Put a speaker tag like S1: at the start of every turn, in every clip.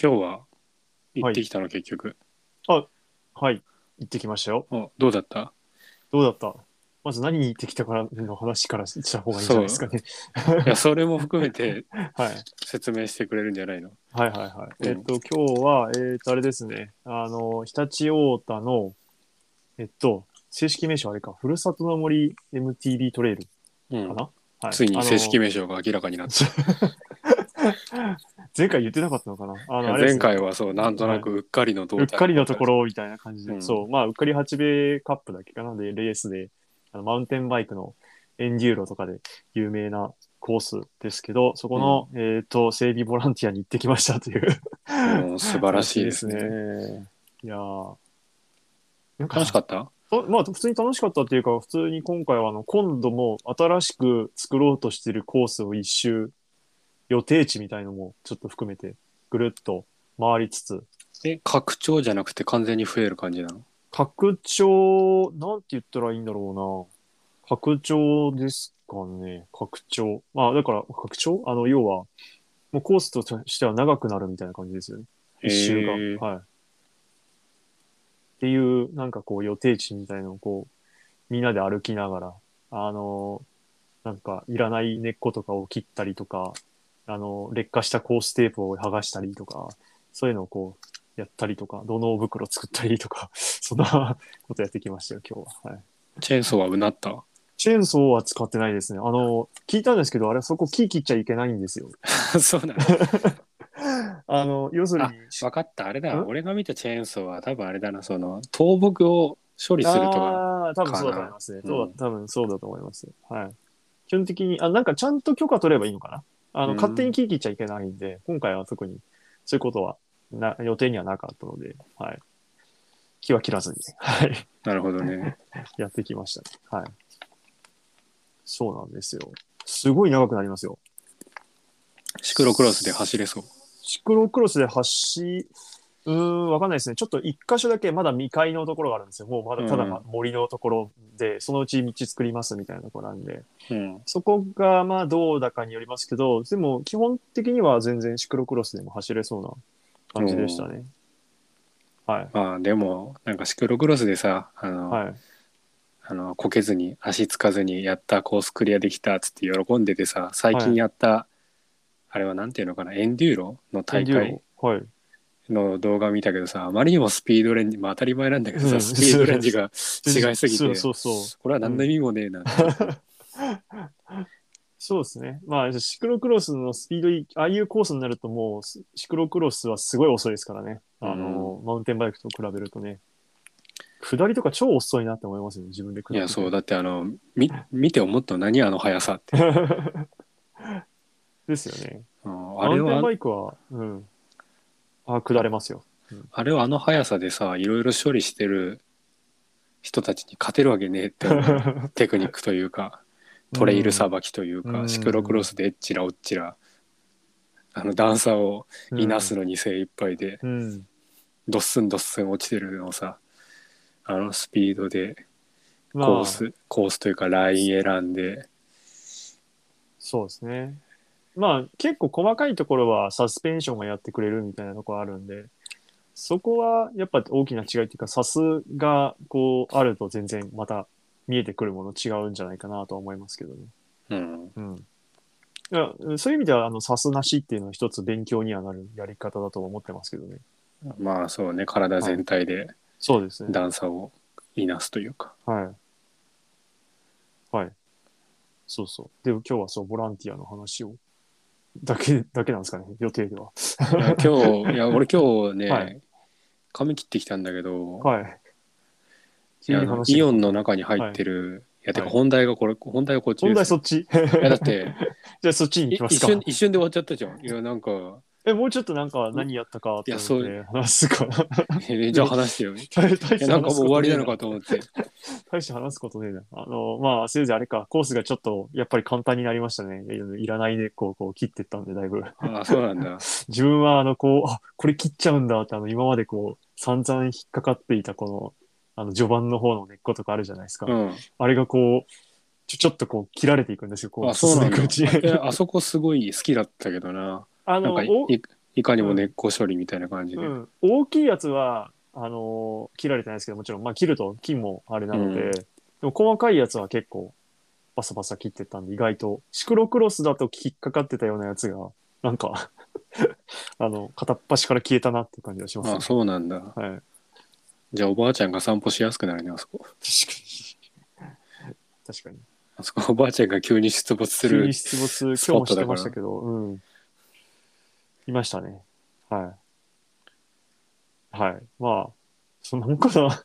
S1: 今日は行ってきたの、結局。
S2: はい、行ってきましたよ。
S1: おどうだ った
S2: どうだったまず何に行ってきたからの話からした方がいいんじゃないですかね。
S1: いや、それも含めて
S2: はい、
S1: 説明してくれるんじゃないの
S2: はいはいはい。え
S1: う
S2: っ
S1: ん
S2: と、今日は、えっと、あれですね、あの、常陸太田の、えっと、正式名称あれか、ふるさとの森 MTB トレイル
S1: うん
S2: かな、はい、
S1: ついに正式
S2: 名
S1: 名称が明らかになった。
S2: 前回言ってなかったのかなあの、あれです
S1: 前
S2: ね
S1: 回はそう、なんとなくうっかりの胴
S2: うっ
S1: 体
S2: かりのところみたいな感じで、
S1: うん
S2: そう、まあ、うっかり八兵衛カップだっけかなで、レースで、あのマウンテンバイクのエンデューロとかで有名なコースですけど、そこの、えっ、と、整備ボランティアに行ってきましたという。
S1: もう素晴らしいですね。
S2: ね。いやーなん
S1: 楽しかった
S2: とまあ、普通に楽しかったっていうか、普通に今回は、あの、今度も新しく作ろうとしてるコースを一周、予定地みたいのもちょっと含めて、ぐるっと回りつつ、
S1: え、拡張じゃなくて完全に増える感じなの
S2: 拡張、なんて言ったらいいんだろうな。拡張ですかね。拡張。まあ、だから、拡張あの、要は、もうコースとしては長くなるみたいな感じですよね。一周が。
S1: へー
S2: はい。っていう、なんかこう、予定地みたいのをこう、みんなで歩きながら、あのーなんか、いらない根っことかを切ったりとか、あのー劣化したコーステープを剥がしたりとか、そういうのをこう、やったりとか、土のう袋作ったりとか、 そんなことやってきましたよ、今日は。はい。
S1: チェーンソーはうなった。
S2: チェーンソーは使ってないですね。あのー聞いたんですけど、あれ、そこ木切っちゃいけないんで すよ。
S1: そうなの。
S2: あの、要するに、
S1: 分かった、あれだ。
S2: ん
S1: 俺が見たチェーンソーは多分あれだな、その、倒木を処理するとか。
S2: ああー、多分そうだと思いますね。
S1: かな
S2: そうだ、多分そうだと思います。はい。基本的に、あ、なんかちゃんと許可取ればいいのかなあの、
S1: うん
S2: 勝手に聞きちゃいけないんで、今回は特にそういうことはな予定にはなかったので、はい。気は切らずに、はい。
S1: なるほどね。
S2: やってきましたね。はい。そうなんですよ。すごい長くなりますよ。
S1: シクロクロスで走れそう。
S2: シクロクロスで走、うーん、わかんないですね。ちょっと一箇所だけまだ未開のところがあるんですよ。もうまだただ
S1: うん
S2: 森のところで、そのうち道作りますみたいなところなんで、
S1: うん。
S2: そこがまあどうだかによりますけど、でも基本的には全然シクロクロスでも走れそうな感じでしたね。はい。
S1: まあでも、なんかシクロクロスでさ、あの、
S2: はい。
S1: あのこけずに足つかずにやったコースクリアできたっつって喜んでてさ最
S2: は
S1: 近
S2: い
S1: やった、あれはなんていうのかなエンデューロの大
S2: エンデュー
S1: 会
S2: ロはい。
S1: の動画見たけどさあまりにもスピードレンジまあ当たり前なんだけどさ、
S2: うん
S1: スピードレンジが違いすぎ
S2: そ
S1: て
S2: うそうそう。
S1: これは何の意味もねえな、
S2: そうですね。まあ、シクロクロスのスピードい、ああいうコースになるともう、シシクロクロスはすごい遅いですからね。あの、マウンテンバイクと比べるとね。下りとか超遅いなって思いますよね、自分で下
S1: い
S2: り。
S1: やそうだってあのみ見て思ったの何あの速さ って、
S2: ですよね。
S1: うんあ
S2: マウ
S1: れ
S2: ンテン
S1: は
S2: バイクは、うん。あ、下れますよ。
S1: あれはあの速さでさいろいろ処理してる人たちに勝てるわけねえって思うテクニックというか トレイルさばきというか、
S2: うん
S1: シクロクロスでえっちらおっちらあの段差をいなすのに精一杯で、
S2: うん。うん。
S1: ドッスンドッスン落ちてるのをさあのスピードで
S2: まあ、
S1: コース、コースというかライン選んで
S2: そうですね。まあ結構細かいところはサスペンションがやってくれるみたいなところあるんで、そこはやっぱ大きな違いっていうか、サスがこうあると全然また見えてくるもの違うんじゃないかなとは思いますけどね。
S1: うん
S2: うん。いやそういう意味では、あの、サスなしっていうのは一つ勉強にはなるやり方だと思ってますけどね。
S1: まあそうね体全体で
S2: そうですね。
S1: 段差をいなすというか、
S2: はい。はい。そうそう。で、今日はそう、ボランティアの話を、だけ、だけなんですかね、予定では。
S1: いや今日い や俺今日ね、
S2: はい
S1: 髪切ってきたんだけど、
S2: はい。
S1: いやあのイオンの中に入ってる、い、やてか
S2: はい
S1: 本題がこれ本題はこっち
S2: 本
S1: で
S2: 題
S1: す
S2: そっち
S1: い やだって
S2: じゃあそっちに
S1: い
S2: 行きます
S1: 一
S2: か。
S1: 瞬一瞬で終わっちゃったじゃんいやなんか
S2: え、もうちょっとなんか何やったかって思って
S1: いや
S2: 話すか。
S1: え じゃあ話してよい
S2: 大大して
S1: やなんかもう
S2: 話す
S1: 終
S2: こと
S1: わり
S2: ねえ
S1: なのか。と思って
S2: 大して話すことねえな。あの、まあ、せいぜいあれか、コースがちょっとやっぱり簡単になりましたね。いいらないでこうこう切ってったんで、だいぶ。
S1: ああそうなん だ
S2: 自分はあの、こう、あ、これ切っちゃうんだって、あの、今までこう、散々引っかかっていたこの、あの、序盤の方の根っことかあるじゃないですか。
S1: うん
S2: あれがこう、ちょ、ちょっとこう、切られていくんですよ、こう、
S1: あそうなん
S2: 進ん
S1: だ
S2: でいくうちに。
S1: えあそこすごい好きだったけどな
S2: あ
S1: なん
S2: の、
S1: か
S2: お
S1: いいかにも根っこ処理みたいな感じで。
S2: うん、大きいやつはあのー切られてないですけどもちろん、まあ、切ると木もあれなので、
S1: うん
S2: でも細かいやつは結構バサバサ切ってったんで意外とシクロクロスだと引っかかってたようなやつがなんか あの片っ端から消えたなって感じがします
S1: あ
S2: ね。
S1: そうなんだ。
S2: はい、確か
S1: じゃあおばあちゃんが散歩しやすくなるね、あそこ。
S2: に確かに。
S1: あそこおばあちゃんが急に出没す
S2: 急
S1: る
S2: に。出没今
S1: ス
S2: 日
S1: ポット
S2: も
S1: だ
S2: し
S1: か
S2: て
S1: ら
S2: ましたけど、うん、いましたねはいはいまあそんなもんかな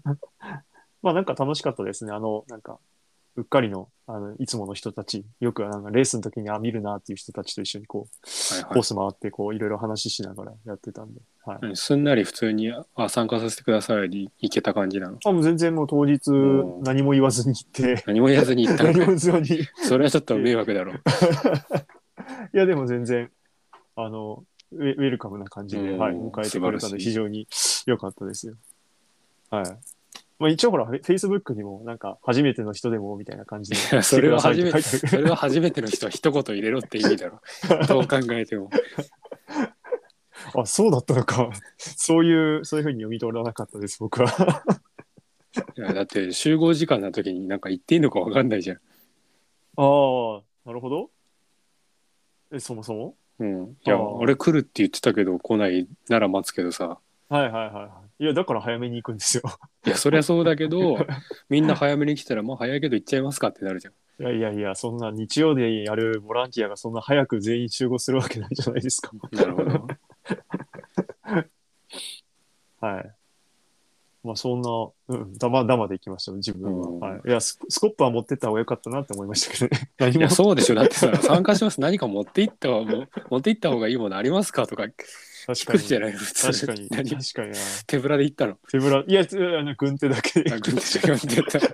S2: まあなんか楽しかったですねあのなんかうっかりのあのいつもの人たちよくなんかレースの時にあ見るなっていう人たちと一緒にこう
S1: はいはい
S2: コース回ってこういろいろ話ししながらやってたんで、はい
S1: うんすんなり普通に「あ参加させてください」に行けた感じなの
S2: あもう全然もう当日
S1: うん
S2: 何も言わずに行 って、
S1: 何も言わずに行ったの
S2: 何も言わずに
S1: それはちょっと迷惑だろう
S2: いや、でも全然、あの、ウェウェルカムな感じで、
S1: うん
S2: はい、迎えてくれた
S1: 素晴
S2: の
S1: ら
S2: で、
S1: しい
S2: 非常に良かったですよ。はい。まあ、一応ほら、フェ Facebook にも、なんか、初めての人でも、みたいな感じで
S1: いや。それは初め
S2: 来く
S1: て
S2: ださいって書いて
S1: それは初めての人は一言入れろって意味だろうどう考えても
S2: あるあ、そうだったのか。そういう、そういうふうに読み取らなかったです、僕は。
S1: いやだって集合時間の時になんか行っていいのか分かんないじゃん
S2: ああ、なるほど。え、そもそも
S1: うんいや
S2: あー
S1: 俺来るって言ってたけど来ないなら待つけどさ
S2: はいはいはいはい。いや、だから早めに行くんですよ。
S1: いやそりゃそうだけどみんな早めに来たらまあ早いけど行っちゃいますかってなるじゃん
S2: いやいやいや、そんな日曜でやるボランティアがそんな早く全員集合するわけないじゃないですか。
S1: なるほ ど
S2: はい。まあそんな、うん、だまだまで行きましたよ、自分は。
S1: うん
S2: はい、いやス、スコップは持ってった方が良かったなって思いましたけどね。 何
S1: い
S2: も
S1: や。そうでしょだってさ参加します何か持って行ったわもう持って行った方がいいものありますかとか
S2: 確
S1: 聞
S2: か
S1: く
S2: に。
S1: じゃない普通
S2: 確かに。確
S1: 何
S2: かにな。
S1: 手ぶらで行ったの
S2: 手ぶら、いや、つあの軍手だけで、
S1: 軍手じゃ軍手だっ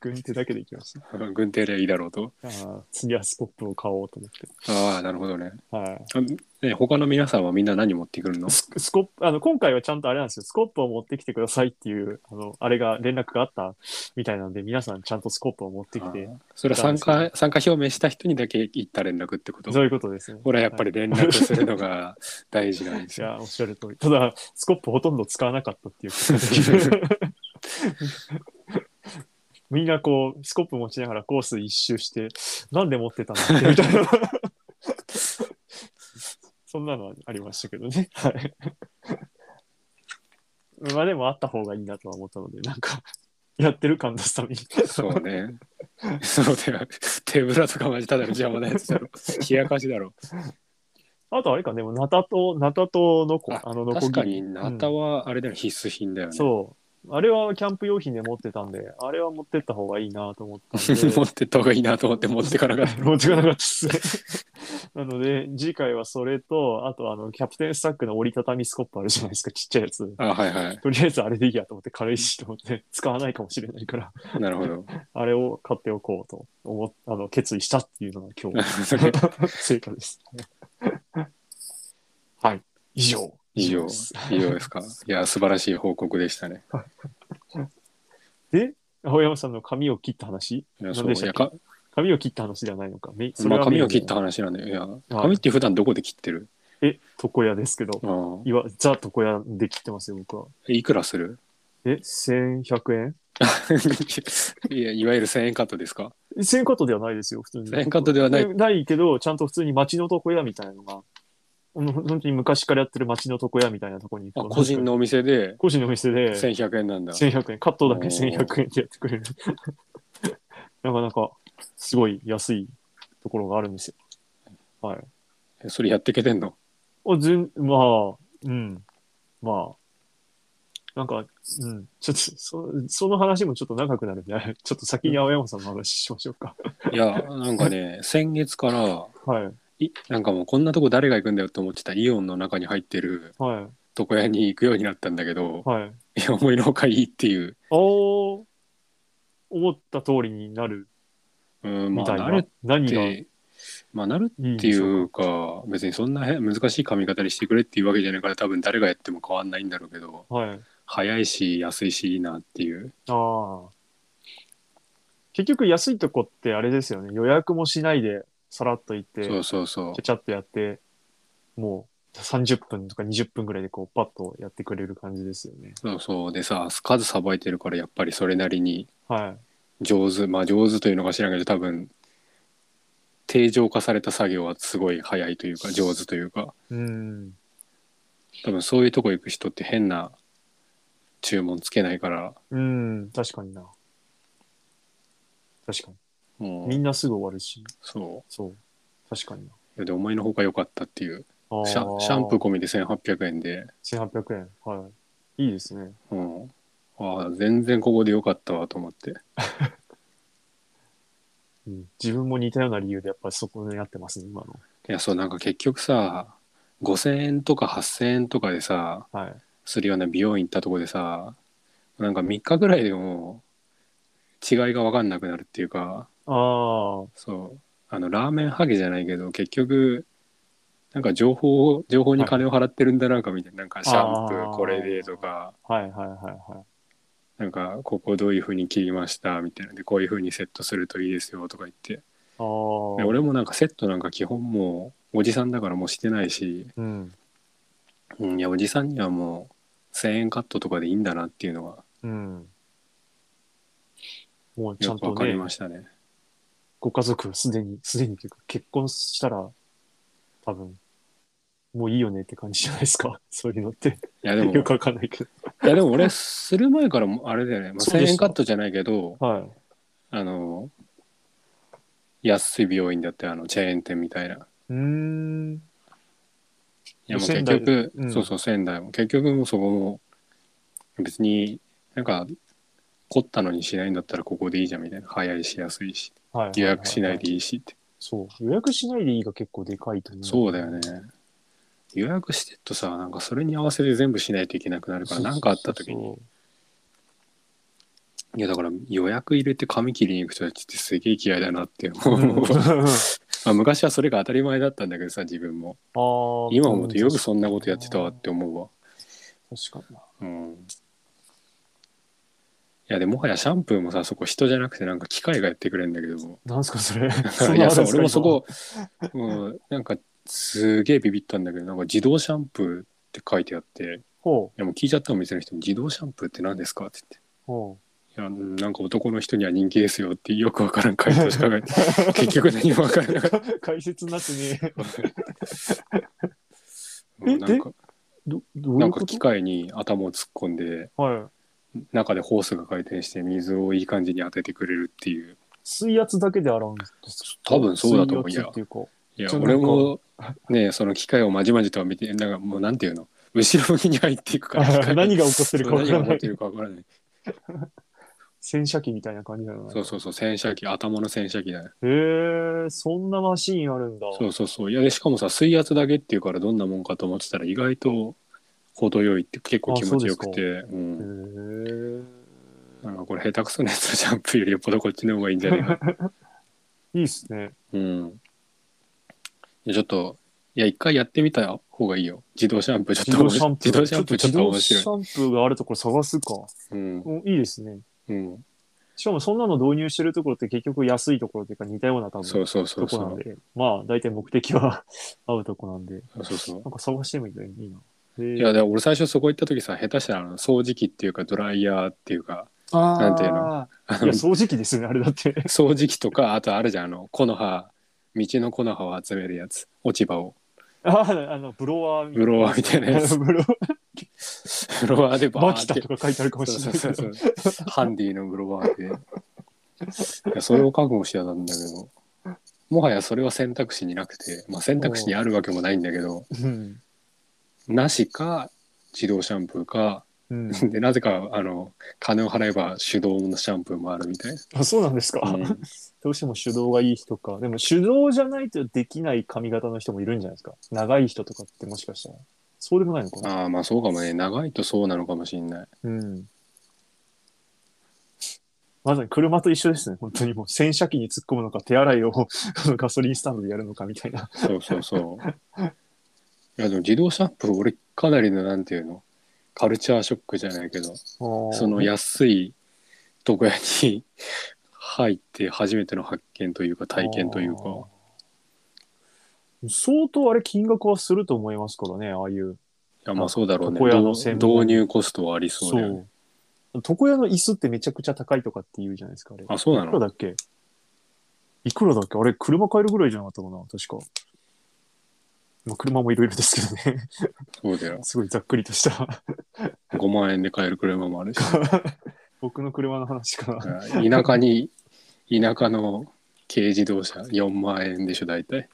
S2: 軍手だけで行きました。
S1: たら 軍手でいいだろうと
S2: あー次はスコップを買おうと思って。
S1: ああなるほどね
S2: はい。
S1: あね他の皆さんはみんな何持ってくるの
S2: ススコップ、あの、今回はちゃんとあれなんですよ。スコップを持ってきてくださいっていう、あの、あれが、連絡があったみたいなので、皆さんちゃんとスコップを持ってきて
S1: あ、ーそれは参加参加表明した人にだけ行った連絡ってこと
S2: そういうことですね。
S1: ほらやっぱり連絡するのが大事なんです
S2: い
S1: よ。
S2: や、おっしゃる通り。ただ、スコップほとんど使わなかったっていうこと で。みんなこう、スコップ持ちながらコース一周して、なんで持ってたんだっけみたいな。そんなのはありましたけどね。はい。まあでもあった方がいいなとは思ったので、なんか、やってる感出すために。
S1: そうね。そうだよ。手ぶらとかマジただの邪魔なやつ だろ。冷やかしだろ。
S2: あとあれか、でも、ナタと、ナタとノコ、
S1: あ
S2: あのノコギ
S1: 確
S2: リ
S1: かにナタはあれだよ、必須品だよね。
S2: そう。あれはキャンプ用品で持ってたんで、あれは持ってった方がいいなと思ったんで、
S1: 持ってった方がいいなと思って持ってかなかった。
S2: 持ってかなかったです ね。なので、次回はそれと、あとあの、キャプテンスタックの折りたたみスコップあるじゃないですか、ちっちゃいや つ。
S1: あはいは
S2: とりあえずあれでいいやと思って、軽いしと思って、使わないかもしれないから、
S1: い。なるほど。
S2: あれを買っておこうと思っあの決意したっていうのが 今
S1: それ
S2: 日、成果です。はい。以上。
S1: 以上
S2: です
S1: 以上ですか。いや素晴らしい報告でしたね。
S2: で、青山さんの髪を切った話
S1: いや
S2: 何
S1: そう
S2: で
S1: い
S2: したっ
S1: や
S2: け
S1: か、
S2: 髪を切った話ではないのか。めそれ
S1: まあ、
S2: は
S1: 髪を
S2: メイ
S1: 切っ
S2: ンじ
S1: た
S2: ゃない
S1: 話なんで、いや髪って普段どこで切ってる？
S2: え、床屋ですけど、
S1: あ
S2: いわザ床屋で切ってますよ、僕は。
S1: あいくらする？
S2: え、1100円
S1: いやいわゆる1000円カットですか？
S2: え ?1000 円カットではないですよ、普通に。
S1: 1000円カットではない。
S2: えないけど、ちゃんと普通に町の床屋みたいなのが、ほん本当に昔からやってる町の床屋みたいなとこに
S1: あ
S2: 行くと
S1: 個人。のお店で
S2: 個人のお店で、
S1: 1100円なんだ。
S2: 1100円、カットだけ
S1: おー
S2: 1100円でやってくれる。 なかなか、すごい安いところがあるんですよ。はい。
S1: えそれやってけてんの？
S2: あ、ずん、まあ、うん。まあ。なんか、うん。ちょっと、そその話もちょっと長くなるんで、 ちょっと先に青山さんの話しましょうか。
S1: いやなんか ね先月から
S2: はい。
S1: いなんかもうこんなとこ誰が行くんだよと思ってたイオンの中に入ってる
S2: はい。
S1: 床屋に行くようになったんだけど、
S2: はい。
S1: いや思いのほかいいっていう。
S2: おー、思った通りになる
S1: うんま
S2: み
S1: あ
S2: たいな。
S1: なるっ
S2: 何がい
S1: てまあなる
S2: い
S1: っ
S2: ん
S1: て
S2: で
S1: い
S2: しょう
S1: うか別にそんなへ難しい髪型にしてくれっていうわけじゃないから多分誰がやっても変わんないんだろうけど
S2: か。はい。
S1: 早いし安いしいいなっていう
S2: ああ。結局安いとこってあれですよね。予約もしないで、さらっと行って、
S1: そうそうそう
S2: ちゃちゃっとやって、もう30分とか20分ぐらいでこう、パッとやってくれる感じですよね。
S1: そうそうでさ数さばいてるからやっぱりそれなりに
S2: はい。
S1: 上手まあ上手というのか知らんけど多分定常化された作業はすごい早いというか上手というか
S2: うん。
S1: 多分そういうとこ行く人って変な注文つけないから
S2: うん、確かにな。確か
S1: も
S2: に。
S1: う
S2: みんなすぐ終わるし、
S1: そ
S2: そう。確かにな。
S1: ういやでお前の方が良かったっていう
S2: あー
S1: シャシャンプー。込みで1800円で、
S2: 1800円。はい。いいですね。
S1: うん、ああ全然ここで良かったわと思って
S2: うん、自分も似たような理由でやっぱりそこでやってますね、今の。
S1: いやそうなんか結局さ5000円とか8000円とかでさ
S2: はい。
S1: するような美容院行ったとこでさなんか3日ぐらいでもう違いが分かんなくなるっていうか
S2: あ
S1: そうあのラーメンハゲじゃないけど結局なんか情報を情報に金を払ってるんだなかみたいななんかシャンプ
S2: あ
S1: ー
S2: ー
S1: これでとか
S2: あ、はいはいはいはい。
S1: なんかここどういう風に切りましたみたいなでこういう風にセットするといいですよとか言ってで
S2: ああ。
S1: 俺もなんかセットなんか基本もうおじさんだからもうしてないし、
S2: うん。
S1: うん、いやおじさんにはもう1,000円カットとかでいいんだなっていうのは
S2: うん。もうちゃ
S1: よ
S2: ん
S1: く分
S2: と
S1: かり
S2: ね、
S1: ましたね。
S2: ご家族すでに、すでにというか結婚したら、多分、もういいよねって感じじゃないですか。 そういうのって。
S1: いやでも
S2: よくわかんないけど。
S1: いやでも俺する前からもあれだよね、まあ、
S2: そうで
S1: 1000
S2: す
S1: 円
S2: か
S1: カットじゃないけど
S2: はい。
S1: あの安い美容院だってあのチェーン店みたいない
S2: うん。
S1: やもう結
S2: 仙台で
S1: 局、
S2: うん
S1: そうそう仙台も結局もうそこも別になんか凝ったのにしないんだったらここでいいじゃんみたいな早いし安いし
S2: はい。
S1: 予約しないで
S2: い。
S1: いいしって、
S2: そう。予約しないでいいが結構でかいと思う。
S1: そうだよね予約してるとさなんかそれに合わせて全部しないといけなくなるから何かあった時に
S2: そう
S1: いやだから予約入れて髪切りに行く人たちってすげえ嫌いだなって
S2: そう
S1: 思う、
S2: そううん
S1: まあ、昔はそれが当たり前だったんだけどさ自分も
S2: あー
S1: 今思うとよくそんなことやってたわって思うわ
S2: 確かにな。
S1: うんいやでもはやシャンプーもさそこ人じゃなくてなんか機械がやってくれるんだけど
S2: なんすかそれ。
S1: いやそう俺
S2: そんなのあるん
S1: も
S2: です
S1: そこ、
S2: か
S1: うん、なんかすげえビビったんだけどなんか自動シャンプーって書いてあって
S2: ほ
S1: でもう聞いちゃったお店の人に「自動シャンプーって何ですか?」って言って
S2: う。ほ
S1: 「いやうんなんか男の人には人気ですよ」ってよくわからん回答しかない結局何もわからな かっ
S2: う。 解説なくね。
S1: たもうなんか
S2: ど、どうい
S1: なん
S2: う
S1: か
S2: こ
S1: 機
S2: と
S1: 械に頭を突っ込んで
S2: はい。
S1: 中でホースが回転して水をいい感じに当ててくれるっていう
S2: 水圧だけで洗うんですか
S1: 多分そうだと思う
S2: 水圧っていうか。
S1: いや
S2: ちょ
S1: 俺もねその機械をまじまじとは見てなんかもうなんていうの後ろ向きに入っていくから
S2: 何が起こってるか分
S1: 何
S2: か
S1: が
S2: ら
S1: 起
S2: な
S1: こっ
S2: い
S1: て。るか分からない
S2: 洗車機みたいな感じなの
S1: そうそうそう洗車機頭の洗車機だね
S2: へえー、そんなマシーンあるんだ。
S1: そうそうそういやでしかもさ水圧だけっていうからどんなもんかと思ってたら意外と程よいって結構気持ちよくてう
S2: へえ
S1: ん
S2: ー、
S1: なんかこれ下手くそなやつのシャンプーよりよっぽどこっちの方がいいんじゃないか
S2: いいっすね。
S1: うん。いや、ちょっと、いや、一回やってみた方がいいよ。自動シャンプー、ちょっと
S2: 自動
S1: 面
S2: シ
S1: 白
S2: ャ
S1: い。
S2: ン
S1: 自
S2: プー。
S1: 動シャンプー、ちょっと面白い
S2: ち。ょっと自動シャンプーがあるところ探すか。
S1: うん。
S2: うんいいですね。
S1: うん。
S2: しかもそんなの導入してるところって結局安いところっていうか似たような多分
S1: そうそうそう
S2: とこ
S1: そ
S2: なん
S1: う。
S2: で、まあ大体目的は 合うとこなんで、
S1: そうそうそう
S2: なんか探してみたらいいな。へー
S1: いや、で俺最初そこ行った時さ、下手したらあの掃除機っていうか、ドライヤーっていうか、
S2: あー
S1: なんていうの
S2: いや、掃除機ですよね、あれだって。
S1: 掃除機とか、あとあるじゃん、あの、木の葉、道の木の葉を集めるやつ、落ち葉を、
S2: あーあの、ブロワーみ
S1: ブロワーみたいなや
S2: あ
S1: つ
S2: の、ブロワー。
S1: ブロワーでバ
S2: マ
S1: ー
S2: キ
S1: っ
S2: タ
S1: て
S2: と。か書いてあるかも
S1: そう
S2: し
S1: そ
S2: れ
S1: う
S2: ないけ
S1: そ
S2: ど
S1: うそう。ハンディのブロワーで。いやそれを覚悟してたんだけど、もはやそれは選択肢になくて、まあ、選択肢にあるわけもないんだけど、
S2: うん。
S1: なしか自動シャンプーか、
S2: うん、
S1: で、なぜか、あの、金を払えば手動のシャンプーもあるみたい
S2: あそうなんですか、
S1: な。うん
S2: どうしても手動がいい人か。でも手動じゃないとできない髪型の人もいるんじゃないですか。長い人とかってもしかしたら。そうでもないのかな
S1: ああ、まあそうかもね。長いとそうなのかもしれない。
S2: うん。まさに車と一緒ですね。本当にもう洗車機に突っ込むのか、手洗いを あのガソリンスタンドでやるのかみたいな。
S1: そうそうそう。いや、でも自動シャンプー、俺、かなりの、なんていうの、カルチャーショックじゃないけど、その安い床屋に入って初めての発見というか体験というか
S2: あー相当あれ金額はすると思いますからね、ああいう。
S1: やまあそうだろうね
S2: 床屋の
S1: 導
S2: 専
S1: 導
S2: 門
S1: 入コストはありそうだよね
S2: そう床屋の椅子ってめちゃくちゃ高いとかって言うじゃないですか、あれ。
S1: あそうない
S2: くら
S1: の
S2: だっけいくらだっけあれ、車買えるぐらいじゃなかったかな確か。まあ、車もいろいろですけどね。
S1: そうだよ
S2: すごいざっくりとした。
S1: 5万円で買える車もあるし
S2: 僕の車の話かな。
S1: 田舎に田舎の軽自動車4万円でしょ大体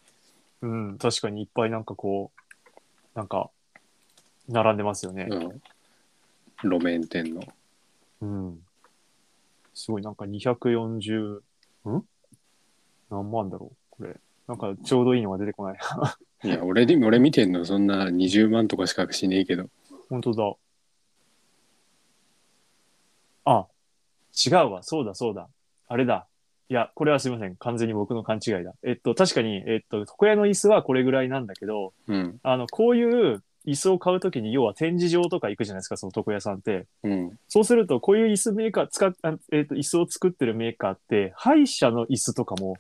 S2: うん、確かにいっぱいなんかこう、なんか、並んでますよね。
S1: うん路面店の
S2: うん。すごい、なんか240、ん何万だろうこれ。なんかちょうどいいのが出てこない。
S1: いや俺に俺見てんのそんな20万とかしかしねえけど
S2: 本当だ。あ、違うわ。そうだ、そうだ。あれだ。いや、これはすいません。完全に僕の勘違いだ。えっと、確かに、えっと、床屋の椅子はこれぐらいなんだけど、
S1: うん
S2: あの、こういう椅子を買うときに、要は展示場とか行くじゃないですか、その床屋さんって。
S1: うん
S2: そうすると、こういう椅子メーカー使っ、あえっ、と、椅子を作ってるメーカーって、歯医者の椅子とかも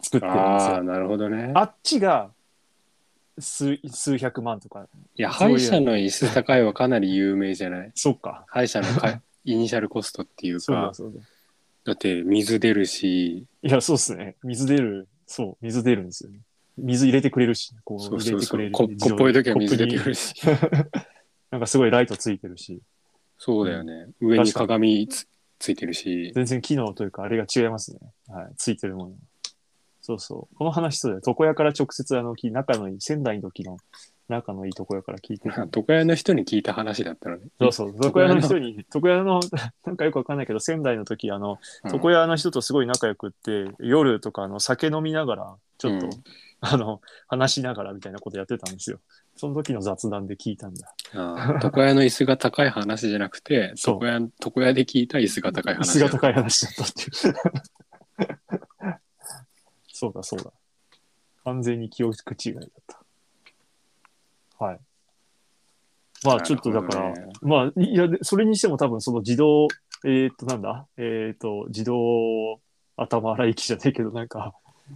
S2: 作ってるんです
S1: ああ
S2: よ。
S1: なるほどね
S2: あっちが数、数百万とか。
S1: いや
S2: そう
S1: 歯
S2: いう
S1: 医者の椅子高いはかなり有名じゃない
S2: そうか。
S1: 歯医者の かイニシャルコストっていう
S2: そうだ、
S1: か
S2: そうだ。
S1: だって水出るし
S2: いや、そうっすね。水出る、そう、水出るんですよね。水入れてくれるし、こう、
S1: そう
S2: 入
S1: そ
S2: れ
S1: う
S2: てく
S1: そ
S2: れ
S1: う
S2: る。
S1: ココップの時は水出て
S2: 自動
S1: くるし
S2: でコップに なんかすごいライトついてるし、
S1: そうだよね上に鏡つついてるし
S2: 全然機能というか、あれが違いますね。はい、ついてるものが。そうそう。この話そうだよ。床屋から直接、あの、き仲のいい、仙台の時の仲のいい床屋から聞いてる
S1: まあ床屋の人に聞いた話だったらね
S2: そうそう、
S1: 床
S2: 床
S1: 屋
S2: 屋
S1: の
S2: の人に、床屋の、 なんかよくわかんないけど、仙台の時、あの、
S1: うん
S2: 床屋の人とすごい仲良くって、夜とか、あの、酒飲みながら、ちょっと、
S1: うん
S2: あの、話しながらみたいなことやってたんですよ。その時の雑談で聞いたんだ。
S1: あー床屋の椅子が高い話じゃなくて
S2: そう
S1: 床屋床屋で聞いた椅子が高い
S2: 椅
S1: 話
S2: 子が高い話だったっていう。 そうだ、そうだ。完全に記憶違いだった。はい。まあ、ちょっとだから、
S1: なるほどね
S2: まあ、いや、でそれにしても多分その自動、えーっと、なんだえーっと、自動頭洗い機じゃねえけど、なんか、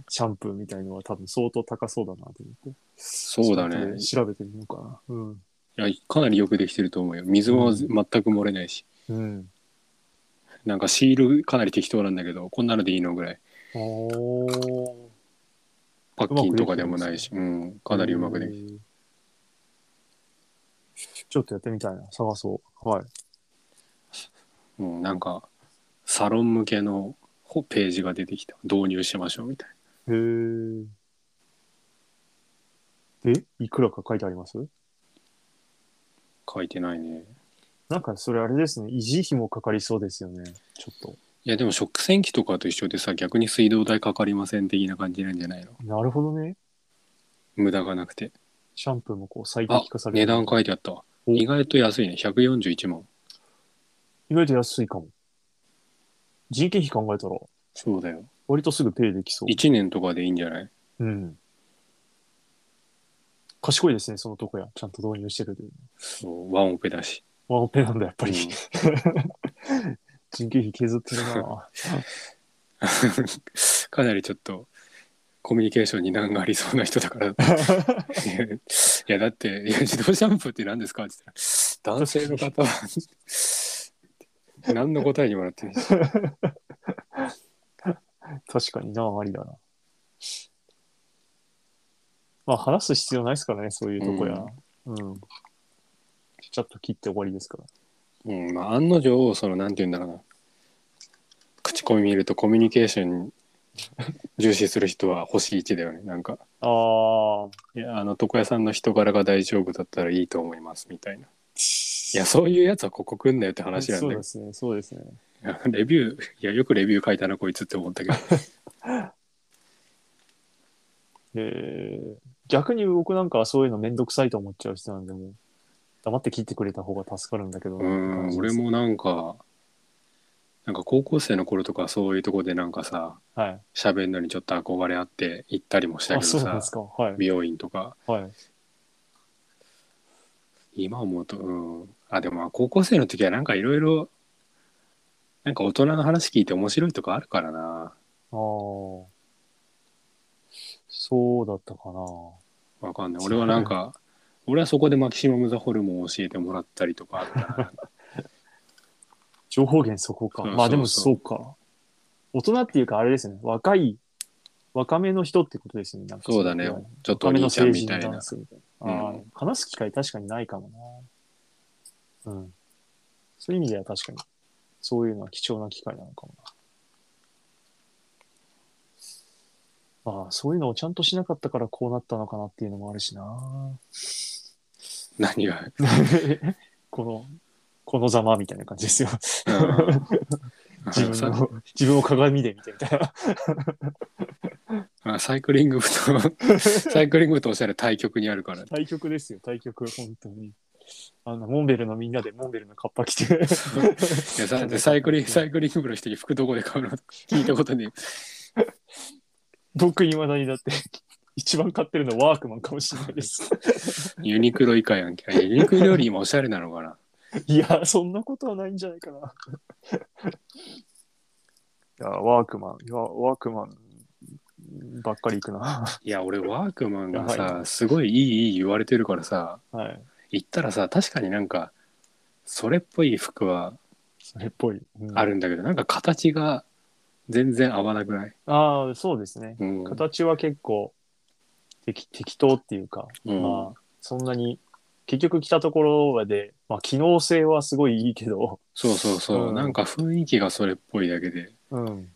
S2: シャンプーみたいのは多分相当高そうだなと思って。
S1: そうだね
S2: ちょっと調べてみようかな。うん。
S1: いやかなりよくできてると思うよ水も全く漏れないし、
S2: うん。
S1: なんかシールかなり適当なんだけどこんなのでいいのぐらい
S2: おー。
S1: パッキンとかでもないしうん、かなりうまくできてる
S2: きちょっとやってみたいな。探そう。はい。
S1: うん、なんかサロン向けのホページが出てきた導入しましょうみたい
S2: へーで、いくらか書いてあります
S1: な書いてないね
S2: なんかそれあれですね。維持費もかかりそうですよね。ちょっと。
S1: いやでも食洗機とかと一緒でさ逆に水道代かかりません的な感じなんじゃないの
S2: なるほどね。
S1: 無駄がなくて
S2: シャンプーもこう最
S1: あ
S2: 適化され
S1: 値
S2: る。
S1: 段書いてあったわ
S2: お
S1: 意外と安いね141万
S2: 意外と安いかも。人件費考えたら、
S1: そうだよ
S2: 割とすぐペイできそう。
S1: 1年とかでいいんじゃない
S2: うん。賢いですね、そのとこや。ちゃんと導入してるという。
S1: そうワンオペだし
S2: ワンオペなんだ、やっぱり。
S1: うん
S2: 人件費削ってるな
S1: かなりちょっとコミュニケーションに難がありそうな人だからいやいやだっていや自動シャンプーって何ですかって言ったら男性の方は何の答えにもらってないし
S2: 確かになありだな。まあ、話す必要ないですからね、そういうとこや。うん。ちゃっと切って終わりですから。
S1: うんまあ、案の定そのなんて言うんだろうな口コミ見るとコミュニケーション重視する人は星1だよねなんか
S2: あー。
S1: いやあの床屋さんの人柄が大丈夫だったらいいと思いますみたいないやそういうやつはここ来んなよって話なん
S2: そう
S1: だけ
S2: で
S1: ど
S2: すね、そうですね。
S1: いや レビューいやよくレビュー書いたなこいつって思 ったけど
S2: えー逆に僕なんかはそういうのめんどくさいと思っちゃう人なんで、もう黙って切ってくれた方が助かるんだけど。
S1: うん俺。もなんかなんか高校生の頃とかそういうとこでなんかさ
S2: はい。
S1: 喋るのにちょっと憧れあって行ったりもした
S2: あ、
S1: け
S2: そ
S1: ど
S2: うなん
S1: さ
S2: ですか。はい。
S1: 美容院とか
S2: はい。
S1: 今思うと、うん、あでもまあ高校生の時はなんかいろいろなんか大人の話聞いて面白いとかあるからな
S2: ああ。そそうだったかな。
S1: わかんない。俺はなんか、俺はそこでマキシマム・ザ・ホルモンを教えてもらったりとかあったな
S2: 情報源そこか。
S1: そう
S2: まあでも
S1: そ
S2: そうか。大人っていうかあれですね。若い、若めの人ってことですね。なんか
S1: そうだね。ちょっと
S2: 若
S1: お
S2: めの
S1: 兄ちゃん
S2: 成
S1: み
S2: 人
S1: たい
S2: 男
S1: な。
S2: 性みたいな。ああ
S1: うん
S2: 話す機会確かにないかもな。うん。そういう意味では確かに、そういうのは貴重な機会なのかもな。ああ、そういうのをちゃんとしなかったからこうなったのかなっていうのもある しな。
S1: 何が。
S2: この、このざまみたいな感じですよ。 自
S1: うん
S2: 分
S1: さ
S2: を、自分を鏡で見てみたいな。
S1: あサイクリング部 とサイクリング部とおしゃれ対局にあるから
S2: 対局ですよ、対局、本当に。あの、モンベルのみんなでモンベルのカッパ着て。
S1: いやさでサイクリンサイクリング部の人に服どこで買うのと聞いたことに
S2: 僕、いまだにだって、一番買ってるのワークマンかもしれない です。
S1: ユニクロ以下やんけあユニクロより今おしゃれなのかない
S2: や、そんなことはないんじゃないかな。いや、ワークマン、いやワークマンばっかり行くな。
S1: いや俺ワークマンが
S2: やば
S1: さすごいいいいい言われてるからさ
S2: はい。
S1: 行ったらさ確かになんかそれっぽい服は
S2: それっぽい。うん
S1: あ。るんだけど、なんか形が全然合わなくない、
S2: ああ、そうですね。
S1: うん、
S2: 形は結構適適当っていうか、
S1: うん
S2: まあそんなに結局着たところで、まあ、機能性はすごいいいけど、
S1: そうそうそう、
S2: うん
S1: なんか雰囲気がそれっぽいだけで
S2: うん、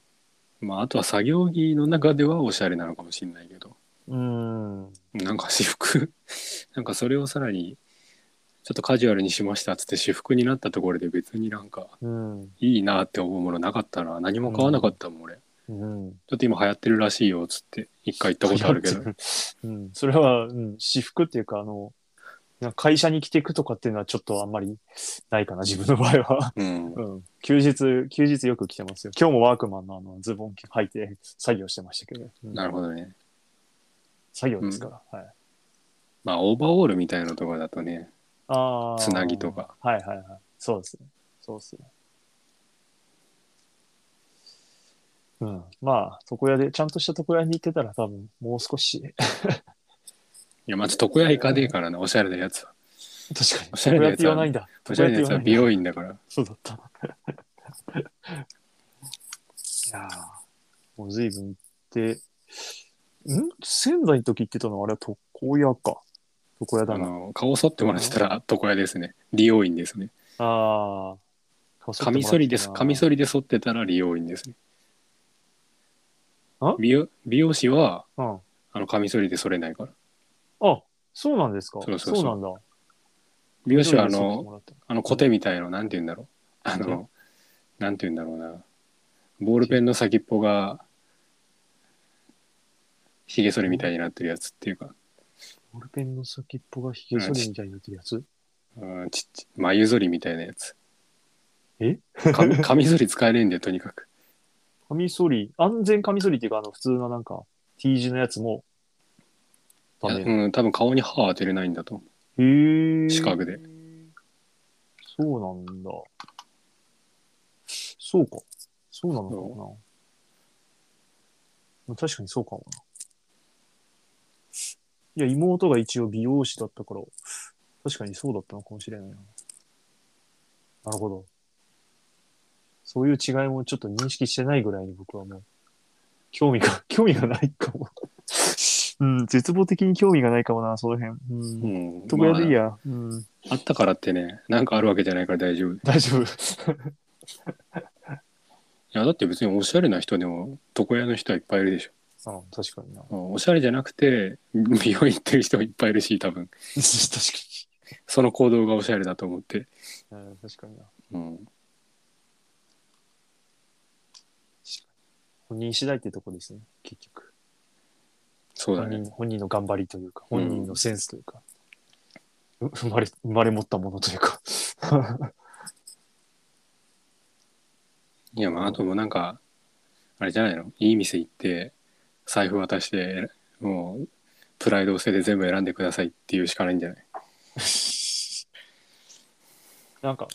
S1: まああとは作業着の中ではおしゃれなのかもしれないけど
S2: うん
S1: なんか私服 なんかそれをさらにちょっとカジュアルにしましたっつって私服になったところで別になんか
S2: うん
S1: いいなって思うものなかったな何も買わなかったもん俺、ち
S2: うん
S1: ょっと今流行ってるらしいよっつって一回行ったことあるけど、
S2: うん、それは、うん、私服っていうかあのなんか会社に着ていくとかっていうのはちょっとあんまりないかな自分の場合は、
S1: うん
S2: う、ん、休日休日よく着てますよ今日もワークマンのあのズボン履いて作業してましたけど、うん
S1: なるほどね
S2: 作業ですから、はい
S1: まあオーバーオールみたいなとかだとね
S2: あー
S1: つなぎとか。
S2: はいはいはい。そうですね。そうですね。うん。まあ、床屋で、ちゃんとした床屋に行ってたら多分、もう少し、
S1: いやまず床屋行かねえからなおしゃれなやつは
S2: 確かに。
S1: おしゃれなやつは
S2: 床屋って言わないんだ。
S1: おしゃ
S2: 床屋っ
S1: れ
S2: て
S1: なやつはい
S2: 言わなんだ
S1: 美容院だから
S2: そうだった。 いやーもう随分行って、ん仙台の時行ってたのはあれは床屋か。床屋
S1: あ
S2: だな。
S1: の顔剃ってもらってたら床屋ですね理容院ですね
S2: ああ。
S1: カミソリですカミ
S2: リ。
S1: ソリで剃ってたら理容院ですね
S2: あ
S1: 美容美容師は
S2: うん。
S1: あのカミソリで剃れないから
S2: あ、そうなんですか。
S1: そうそうそう
S2: そうなんだ。
S1: 美容師はあ
S2: 緑で剃って
S1: の
S2: もらった
S1: あのコテみたいのなんて言うんだろうあのなんて言うんだろうなボールペンの先っぽがひげ剃りみたいになってるやつっていうか、
S2: ボールペンの先っぽがひげ剃りみたいになってるやつ
S1: うん、ちっち眉剃りみたいなやつ
S2: え
S1: カミカミ剃り使えねえんだよとにか く
S2: カミソリ、安全カミソリっていうか、あの、普通のなんか、T 字のやつも、ダメ。へ
S1: うん、多分顔に歯は当てれないんだと思
S2: ー
S1: 四角で。
S2: そうなんだ。そうか。そうなのかもな。確かにそうかもな。いや、妹が一応美容師だったから、確かにそうだったのかもしれないな。なるほど。そういう違いもちょっと認識してないぐらいに僕はもう、興味が、興味がないかも。うん、絶望的に興味がないかもな、その辺。
S1: う、う
S2: うん。
S1: ん
S2: 床屋でいい
S1: ま
S2: や。うん。
S1: あ、あったからってねなんかあるわけじゃないから大丈夫い
S2: 大丈夫。
S1: やだって別におしゃれな人でも床屋の人はいっぱいいるでしょ
S2: うん、確かにな。
S1: うんおしゃれじゃなくて美容院行ってる人もいっぱいいるし多分
S2: 確
S1: その行動がおしゃれだと思って、
S2: かに。うん、確かにな。
S1: うん、
S2: 本人次第ってとこですね、結局。
S1: そうだ
S2: 本
S1: ね
S2: 人本人の頑張りというか、
S1: うん
S2: 本人のセンスというか、う 生まれ、生まれ持ったものという か。
S1: いやまああともうなんかあれじゃないのいい店行って財布渡してもうプライドを捨てて全部選んでくださいっていうしかないんじゃない
S2: なんか、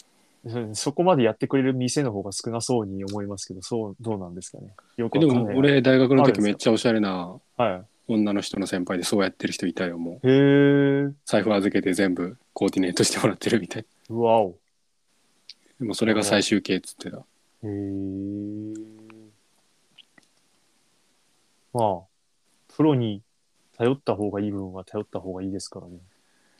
S2: うんそこまでやってくれる店の方が少なそうに思いますけど、そう、どうなんですかね。よく
S1: えで
S2: わかん
S1: も
S2: ない。
S1: 俺大学の
S2: ある
S1: 時
S2: んで
S1: め
S2: すか
S1: っちゃおしゃれな
S2: はい。
S1: 女の人の先輩でそうやってる人いたよもう
S2: へえ。
S1: 財布預けて全部コーディネートしてもらってるみたい
S2: わお。
S1: でもそれが最終形っつってた
S2: へえ。まあ、プロに頼った方がいい部分は頼った方がいいですからね。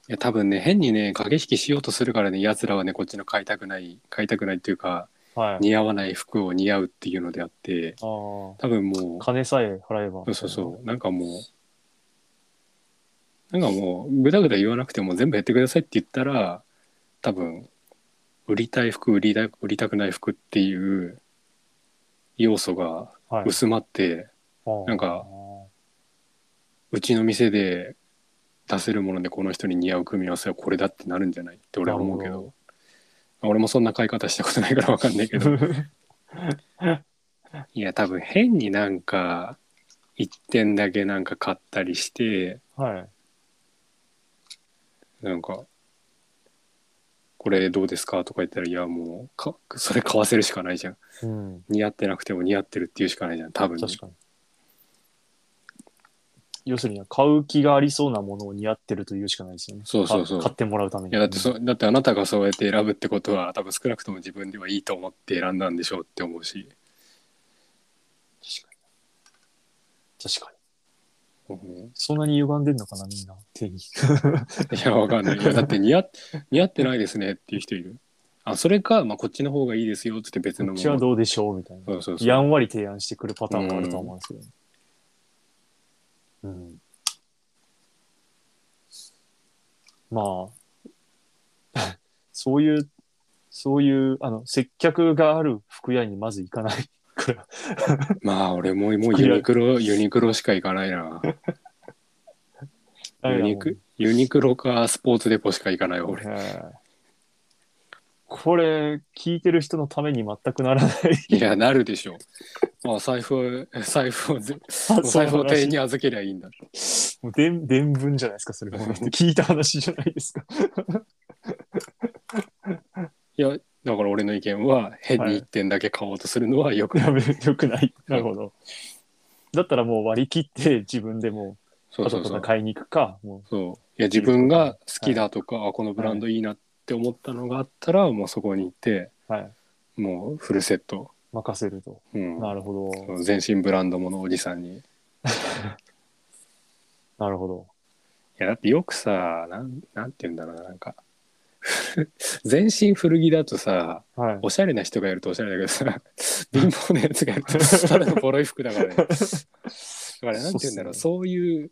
S1: いや多分ね変にね駆け引きしようとするからねやつらはねこっちの買いたくない買いたくないっていうか
S2: はい。
S1: 似合わない服を似合うっていうのであって
S2: あ
S1: 多分も
S2: あ。金さえ払えば。
S1: うそうそうそうなんかもうなんかもうぐだぐだ言わなくても全部やってくださいって言ったら多分売りたい服売りたい売りたくない服っていう要素が
S2: う。はい。
S1: 薄まって、なん
S2: あ
S1: か
S2: ー
S1: うちの店で出せるものでこの人に似合う組み合わせはこれだってなるんじゃないって俺は思うけ
S2: な
S1: ど
S2: るほ
S1: 俺もそんな買い方したことないからわかんないけど いや多分変になんか1点だけなんか買ったりして
S2: はい。
S1: なんか「これどうですか?」とか言ったら「いやもうかそれ買わせるしかないじゃん
S2: うん。
S1: 似合ってなくても似合ってるっていうしかないじゃん多分
S2: 確かに。要するに、買う気がありそうなものを似合ってるというしかないですよね。
S1: そうそうそう
S2: か買ってもらうために。
S1: いやだってそだってあなたがそうやって選ぶってことは多分少なくとも自分ではいいと思って選んだんでしょうって思うし、
S2: 確かに。確かに。
S1: うん
S2: そんなに歪んでんのかな、みんな。手に。
S1: いやわかんないいやだって似合っ 似合ってないですねっていう人いるあそれか、まあ、こっちの方がいいですよって言って別
S2: こ
S1: の
S2: っ
S1: も
S2: ちはどうでしょうみたいな。
S1: そうそうそう
S2: やんわり提案してくるパターンもあると思うんですけど、ね。うん。まあ、 そういう、そういう、あの、接客がある服屋にまず行かないから。
S1: まあ俺ももうユニクロユニクロしか行かないなユニクユニクロかスポーツデポしか行かないわ俺
S2: ええこれ、聞いてる人のために全く ならない
S1: いやなるでしょまあ財布は財布をぜお財布を店員に預けりゃいいんだ
S2: もうでん伝聞じゃないですか、それは。
S1: うん
S2: 聞いた話じゃないですか。
S1: いやだから俺の意見は変に1点だけ買おうとするのはよくない、
S2: やめ よくない。なるほど。だったらもう割り切って自分でも
S1: そ
S2: パ
S1: うそう
S2: タパ
S1: そ
S2: タ
S1: う
S2: 買いに行くか、も
S1: そういや自分が好きだとか、あこのブランドいいなって思ったのがあったら、もうそこに行って
S2: う、はい、
S1: もうフルセット、
S2: 任せると。
S1: うん、
S2: なるほ
S1: そ
S2: ど。
S1: う全身ブランドものおじさんにい
S2: なるほど。
S1: やだってよくさなんなんて言うんだろうななんか 全身古着だとさ
S2: はい。
S1: おしゃれな人がやるとおしゃれだけどさ貧乏なやつがやるとただのボロい服だからねだからなんて言うんだろうそう,、いう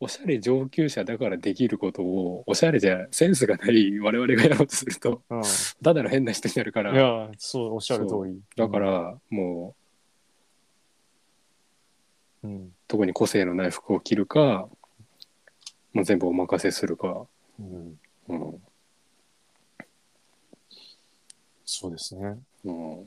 S1: おしゃれ上級者だからできることをおしゃれじゃセンスがない我々がやろうとすると
S2: うん、い
S1: ただの変な人になるから
S2: や、そう、おっしゃる通り。
S1: だか、らもう
S2: うん。
S1: 特に個性のない服を着るかもう全部お任せするか、
S2: うん、
S1: うん
S2: そうですね。
S1: うん、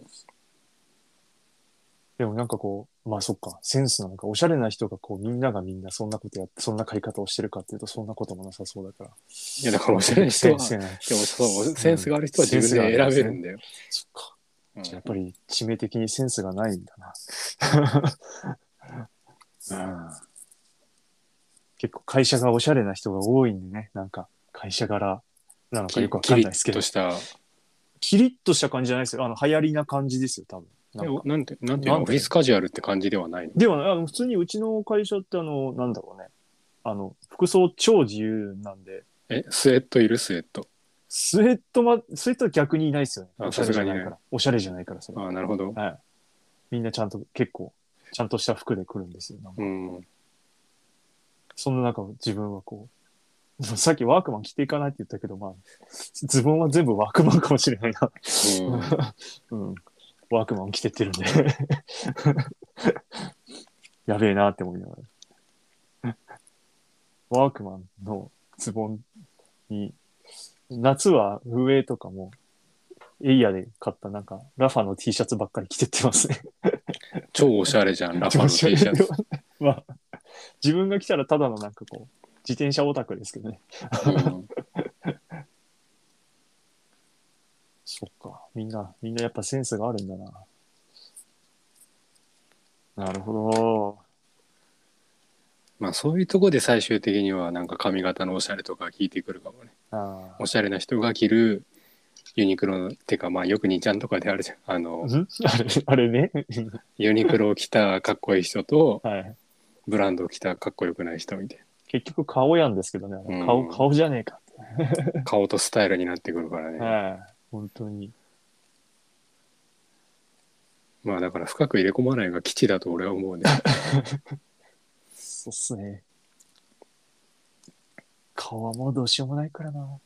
S2: でもなんかこう、まあそっか、センスなのか、おしゃれな人がこう、みんながみんなそんなことやって、そんな買い方をしてるかっていうと、そんなこともなさそうだから。
S1: いやだからおしゃれな人は
S2: セ
S1: で
S2: ンス
S1: もそうセンスがある人は自分で選べるんだよ、
S2: そっか。
S1: うん
S2: やっぱり致命的にセンスがないんだな。うん結構会社がおしゃれな人が多いんでね、なんか会社柄なのかよくわ
S1: キ
S2: かんない
S1: リ
S2: ですけ
S1: ッ
S2: ど
S1: と、した
S2: キリッとした感じじゃないですよ。あの流行りな感じですよ、多分。な
S1: え
S2: ん
S1: お
S2: か
S1: なんてなんていう
S2: なん
S1: のオフ
S2: で
S1: ィスカジュアルって感じではないの
S2: でもねあの普通にうちの会社ってあの、なんだろうね。あの、服装超自由なんで、
S1: えスウェットいるスウェット
S2: スウェットま、スウェットは逆にいないですよね。
S1: あ
S2: おしゃれじゃない
S1: さす
S2: か
S1: がに
S2: ら。おしゃれじゃないから、それ
S1: あ。あなるほど
S2: はい。みんなちゃんと結構、ちゃんとした服で来るんですよ。なんか
S1: うん
S2: そんな中、自分はこう、 さっきワークマン着ていかないって言ったけど、まあ、ズボンは全部ワークマンかもしれないな。うん。ワークマン着てってるんで。 やべえなって思いながら。ワークマンのズボンに、夏は上とかも、エイヤで買ったなんか、ラファの T シャツばっかり着てってますね。
S1: 超おしゃれじゃ んラファの T シャツ、
S2: まあ、自分が来たらただのなんかこう、自転車オタクですけどね。
S1: うん
S2: そっか。みんな、みんなやっぱセンスがあるんだな。なるほど。
S1: まあそういうとこで最終的にはなんか髪型のおしゃれとか聞いてくるかもね。
S2: あ
S1: おしゃれな人が着るユニクロの、てかまあよく2ちゃんとかであるじゃん。あの、
S2: ん あれ、あれね。
S1: ユニクロを着たかっこいい人と、
S2: はい。
S1: ブランドを着たかっこよくない人みたい
S2: 結局顔やんですけどね。あ
S1: う
S2: れ
S1: ん
S2: 顔、顔じゃねえか。
S1: な。顔とスタイルになってくるからね。
S2: はい。本当に。
S1: まあだから深く入れ込まないが基地だと俺は思うね。
S2: そうっすね。顔はもうどうしようもないからな。